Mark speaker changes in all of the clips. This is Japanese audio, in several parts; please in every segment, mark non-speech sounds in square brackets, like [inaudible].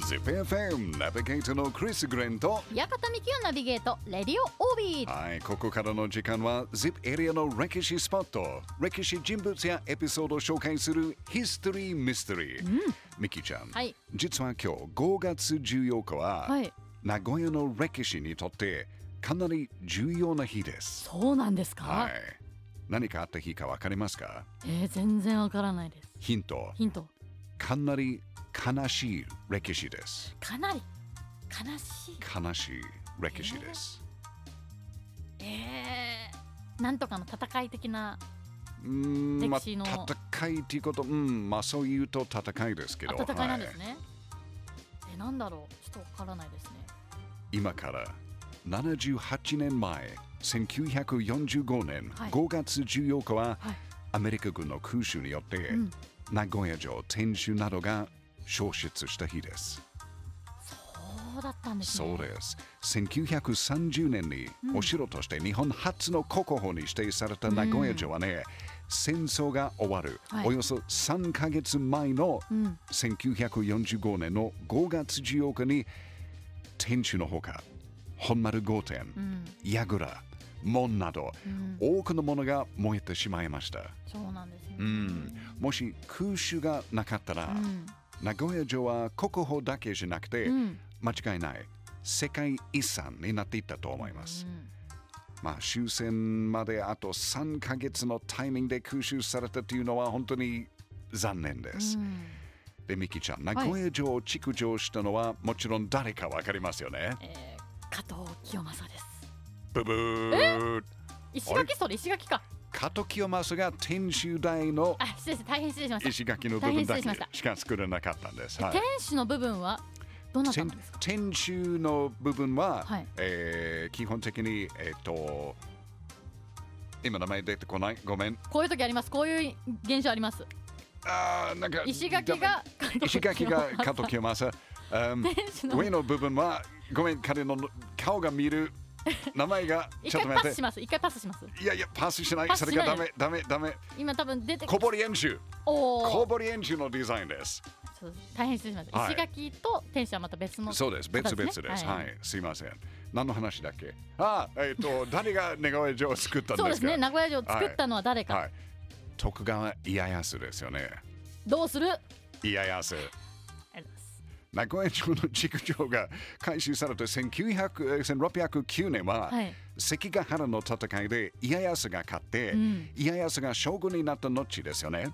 Speaker 1: ZIPFM ナビゲートのクリス・グレンと
Speaker 2: 屋形美希をナビゲートレディオオービー
Speaker 1: はいここからの時間は ZIP エリアの歴史スポット歴史人物やエピソードを紹介するヒストリー・ミステリー、ミキちゃん、
Speaker 2: はい
Speaker 1: 実は今日5月14日は、
Speaker 2: はい
Speaker 1: 名古屋の歴史にとってかなり重要な日です
Speaker 2: そうなんですか、
Speaker 1: はい何かあった日かわかりますか
Speaker 2: えー全然わからないです
Speaker 1: ヒント
Speaker 2: ヒント
Speaker 1: かなり悲しい歴史です
Speaker 2: かなり悲しい
Speaker 1: 悲しい歴史です、
Speaker 2: えー、なんとかの戦い的な
Speaker 1: うーんまあ
Speaker 2: 歴史の
Speaker 1: 戦いっていうこと、うん、まあそう言うと戦いですけ
Speaker 2: あ
Speaker 1: ど、
Speaker 2: 戦いなんで
Speaker 1: は
Speaker 2: すね、えなんだろうちょっとわからないですね
Speaker 1: い今から78年前、1945年
Speaker 2: はい
Speaker 1: 5月14日は、
Speaker 2: はい
Speaker 1: アメリカ軍の空襲によって、
Speaker 2: ん
Speaker 1: 名古屋城天守などが消失した日です。
Speaker 2: そうだったんです
Speaker 1: そ
Speaker 2: ね
Speaker 1: うです。1930年にお城として日本初の国宝に指定された名古屋城はね、戦争が終わる、
Speaker 2: はい
Speaker 1: およそ3ヶ月前の
Speaker 2: ん
Speaker 1: 1945年の5月14日に天守のほか本丸御殿、
Speaker 2: ん
Speaker 1: 櫓門など、多くのものが燃えてしまいました。
Speaker 2: そうなんですね、
Speaker 1: うん、もし空襲がなかったら、名古屋城は国宝だけじゃなくて、間違いない世界遺産になっていったと思います、まあ終戦まであと3ヶ月のタイミングで空襲されたというのは本当に残念です、でミキちゃん名古屋城を築城したのはもちろん誰かわかりますよね、
Speaker 2: えー加藤清正です
Speaker 1: ブブー
Speaker 2: 石垣それ石垣か
Speaker 1: 加藤清正が天守台の
Speaker 2: あ失礼し大変失礼しました
Speaker 1: 石垣の部分だ
Speaker 2: 大変失礼し
Speaker 1: け
Speaker 2: ました
Speaker 1: しか作れなかったんです、はい
Speaker 2: 天守の部分はどなたなん
Speaker 1: 天
Speaker 2: ですか
Speaker 1: 天守の部分は、
Speaker 2: はい
Speaker 1: えー基本的に、えっと今名前出てこないごめん
Speaker 2: こういう時ありますこういう現象あります
Speaker 1: あーなんか
Speaker 2: 石垣が加藤清正
Speaker 1: 石垣が加藤清正うん
Speaker 2: 天守の
Speaker 1: 上の部分はごめん彼の顔が見
Speaker 2: [laughs]
Speaker 1: る名前が
Speaker 2: 一
Speaker 1: ちょっと
Speaker 2: 回パ
Speaker 1: 待
Speaker 2: ス
Speaker 1: っ
Speaker 2: してます一回パスします
Speaker 1: いやいやパスしない
Speaker 2: パス
Speaker 1: そ
Speaker 2: しな
Speaker 1: れ
Speaker 2: い
Speaker 1: がダメダメダメ
Speaker 2: 今多分出て
Speaker 1: 小堀演習
Speaker 2: お
Speaker 1: 小
Speaker 2: お
Speaker 1: 堀演習のデザインです
Speaker 2: 大変失礼しました、
Speaker 1: はい
Speaker 2: 石垣と天守はまた別の
Speaker 1: そうです、別
Speaker 2: 形
Speaker 1: 々です。は、
Speaker 2: はいい
Speaker 1: すいません。何の話だっけあ、えっ、
Speaker 2: [laughs]
Speaker 1: と、誰が寝顔城を作ったんですか
Speaker 2: そうですね名古屋城を作ったのは誰か、
Speaker 1: はい。徳川家康ですよね。
Speaker 2: どうするありがと
Speaker 1: 家康。
Speaker 2: うございます
Speaker 1: 名古屋城の築城が開始された1900えー1609年は、
Speaker 2: はい
Speaker 1: 関ヶ原の戦いで家康が勝って、
Speaker 2: ん
Speaker 1: 家康が将軍になった後ですよね、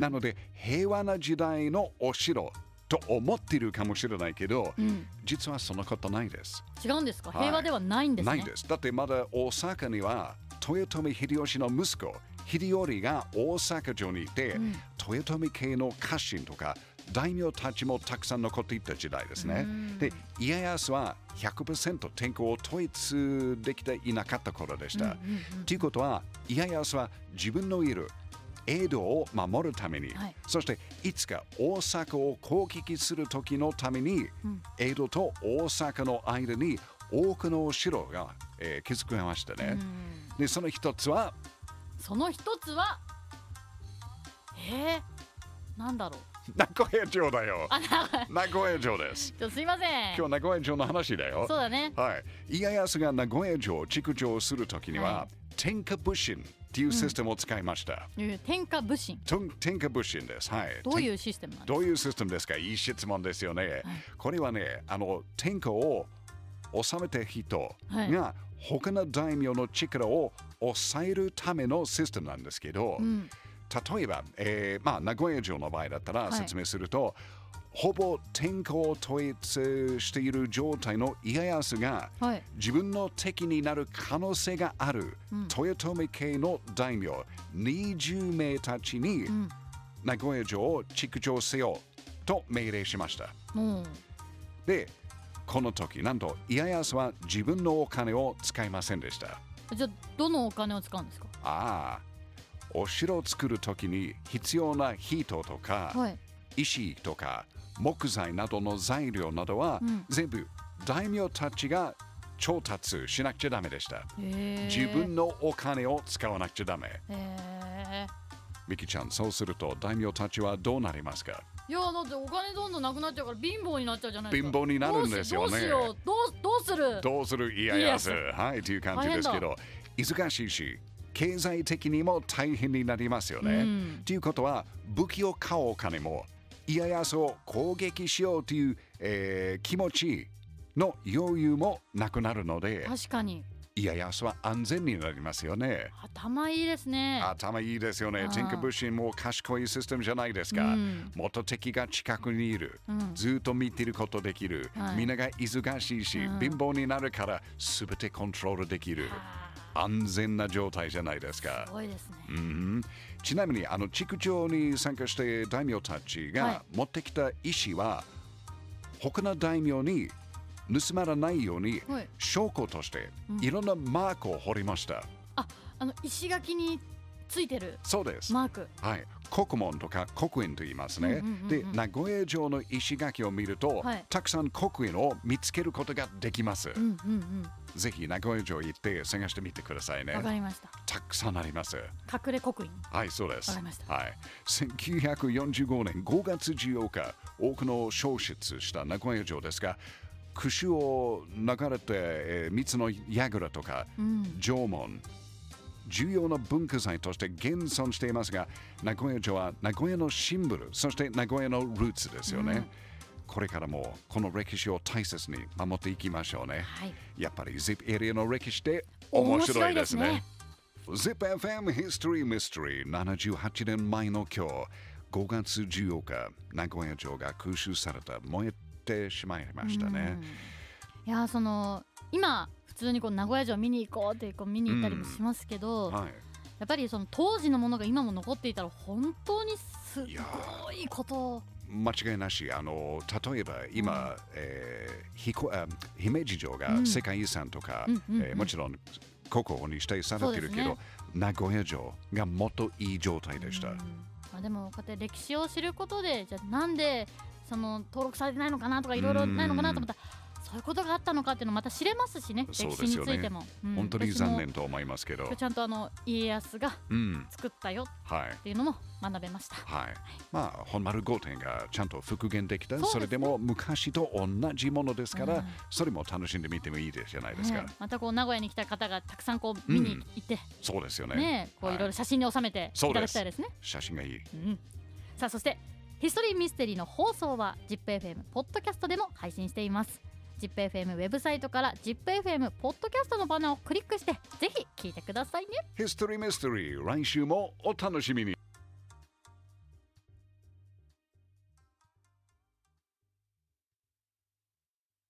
Speaker 1: なので平和な時代のお城と思っているかもしれないけど、実はそのことないです。
Speaker 2: 違うんですか
Speaker 1: はい
Speaker 2: 平和ではないんですね、
Speaker 1: ないです。だってまだ大阪には豊臣秀吉の息子秀頼が大阪城にいて、豊臣系の家臣とか大名たちもたくさん残っていた時代ですね。で家康は100%天候を統一できていなかった頃でした。と、いうことは家康は自分のいる江戸を守るために、
Speaker 2: はい
Speaker 1: そしていつか大阪を攻撃する時のために、江戸と大阪の間に多くのお城が、えー築かれましたね。でその一つは
Speaker 2: その一つはえー、なんだろう
Speaker 1: 名古屋城だよ。名古屋城です。
Speaker 2: ちょっとすいません
Speaker 1: 今日名古屋城の話だよ。
Speaker 2: そうだね
Speaker 1: はい。家康が名古屋城を築城するときには、
Speaker 2: はい
Speaker 1: 天下武神っていうシステムを使いました。
Speaker 2: えー天下武神
Speaker 1: とん天下武神です。はい。
Speaker 2: どういうシステムなんですか
Speaker 1: どういうシステムですかいい質問ですよね。これはね、あの天下を治めた人
Speaker 2: はい
Speaker 1: が他の大名の力を抑えるためのシステムなんですけど、例えば、えーまあ、名古屋城の場合だったら
Speaker 2: い
Speaker 1: 説明すると、ほぼ天下を統一している状態の家康が、
Speaker 2: はい
Speaker 1: 自分の敵になる可能性がある、豊臣系の大名20名たちに、名古屋城を築城せよと命令しました。
Speaker 2: もう
Speaker 1: で、この時、なんと家康は自分のお金を使いませんでした。
Speaker 2: じゃあどのお金を使うんですか
Speaker 1: ああ、お城を作る時に必要な人とか、
Speaker 2: はい
Speaker 1: 石とか木材などの材料などは、全部大名たちが調達しなくちゃダメでした。
Speaker 2: え
Speaker 1: 自分のお金を使わなくちゃダメ。
Speaker 2: えー
Speaker 1: ミキちゃん、そうすると大名たちはどうなりますか
Speaker 2: いやだってお金どんどんなくなっちゃうから貧乏になっちゃうじゃないですか
Speaker 1: 貧乏になるんですよね
Speaker 2: どうしようどうどうする
Speaker 1: どうする家康
Speaker 2: 家
Speaker 1: はいという感じですけど忙しいし経済的にも大変になりますよね。
Speaker 2: うん
Speaker 1: ということは武器を買うお金も家康を攻撃しようという、えー気持ちの余裕もなくなるので
Speaker 2: 確かに
Speaker 1: 家康は安全になりますよね。
Speaker 2: 頭いいですね
Speaker 1: 頭いいですよね
Speaker 2: あ。ー
Speaker 1: 天下武神も賢いシステムじゃないです
Speaker 2: う
Speaker 1: か。
Speaker 2: ん
Speaker 1: 元敵が近くにいる。
Speaker 2: うん
Speaker 1: ずっと見てることできる、
Speaker 2: はい
Speaker 1: みんなが忙しいし、
Speaker 2: うん
Speaker 1: 貧乏になるから全てコントロールできる
Speaker 2: あ
Speaker 1: 安全な状態じゃないです
Speaker 2: ー
Speaker 1: か
Speaker 2: す。ごいですね
Speaker 1: うんちなみにあの地区長に参加して大名たち
Speaker 2: は
Speaker 1: が持ってきた石は、他の大名に盗まれないように
Speaker 2: はい
Speaker 1: 証拠として
Speaker 2: うん
Speaker 1: いろんなマークを彫りました、
Speaker 2: あの石垣についてる
Speaker 1: そうです、
Speaker 2: マーク
Speaker 1: はい国門とか国園と言いますね、
Speaker 2: うんうんうんうん
Speaker 1: で名古屋城の石垣を見ると、
Speaker 2: はい
Speaker 1: たくさん国園を見つけることができます、
Speaker 2: うんうんうん
Speaker 1: ぜひ名古屋城行って探してみてくださいね
Speaker 2: わかりました
Speaker 1: たくさんあります
Speaker 2: 隠れ刻印
Speaker 1: はい、そうです。
Speaker 2: わかりました
Speaker 1: はい。1945年5月14日、多くの消失した名古屋城ですが、クシを流れて、えー三つの櫓とか、
Speaker 2: うん
Speaker 1: 縄文、重要な文化財として現存していますが、名古屋城は名古屋のシンボル、そして名古屋のルーツですよね。
Speaker 2: うん
Speaker 1: これからもこの歴史を大切に守っていきましょうね。
Speaker 2: はい
Speaker 1: やっぱり ZIP エリアの歴史って面白いですね。
Speaker 2: 面白いですね
Speaker 1: ZIPFM History Mystery 78年前の今日5月14日名古屋城が空襲された燃えてしまいましたね。
Speaker 2: うん。いやーその今普通にこう名古屋城見に行こうってこう見に行ったりもしますけど、や
Speaker 1: はい、
Speaker 2: っぱりその当時のものが今も残っていたら本当にす
Speaker 1: いや
Speaker 2: ごいこと。
Speaker 1: 間違いなしあの例えば今、えー彦あ姫路城
Speaker 2: う
Speaker 1: が
Speaker 2: ん
Speaker 1: 世界遺産とか、
Speaker 2: うんうんうん
Speaker 1: えーもちろん国宝に指定されてるけど、
Speaker 2: そうで
Speaker 1: 名古屋城がもっといい状態でした。
Speaker 2: うんまあでもこうやって歴史を知ることでじゃあなんでその登録されてないのかなとかいろいろないのかなと思ったら。そういうことがあったのかっていうのまた知れますしね、
Speaker 1: そう
Speaker 2: 歴
Speaker 1: です
Speaker 2: 史につ
Speaker 1: よね
Speaker 2: いても。うん
Speaker 1: 本当に残。
Speaker 2: 私も
Speaker 1: 念と思いますけど
Speaker 2: 今日、ちゃんとあの家康が
Speaker 1: うん、
Speaker 2: 作ったよ
Speaker 1: はい。
Speaker 2: っていうのも学べました。
Speaker 1: はい、まあ本丸御殿がちゃんと復元できたそ,、
Speaker 2: そうですね
Speaker 1: れでも昔と同じものですから、
Speaker 2: うん
Speaker 1: それも楽しんでみてもいいですじゃないですか、
Speaker 2: はいまたこう名古屋に来た方がたくさんこう
Speaker 1: うん
Speaker 2: 見に行って、
Speaker 1: そうですよね
Speaker 2: ね、こう
Speaker 1: はい
Speaker 2: いろいろ写真に収めてい
Speaker 1: そう
Speaker 2: た
Speaker 1: です
Speaker 2: だきたいですね。
Speaker 1: 写真がいい
Speaker 2: うんさあそしてヒストリーミステリーの放送は ZIPFM ポッドキャストでも配信しています。ZIPFM ウェブサイトから ZIPFM ポッドキャストのバナーをクリックしてぜひ聞いてくださいね。
Speaker 1: ヒストリーミステリー来週もお楽しみに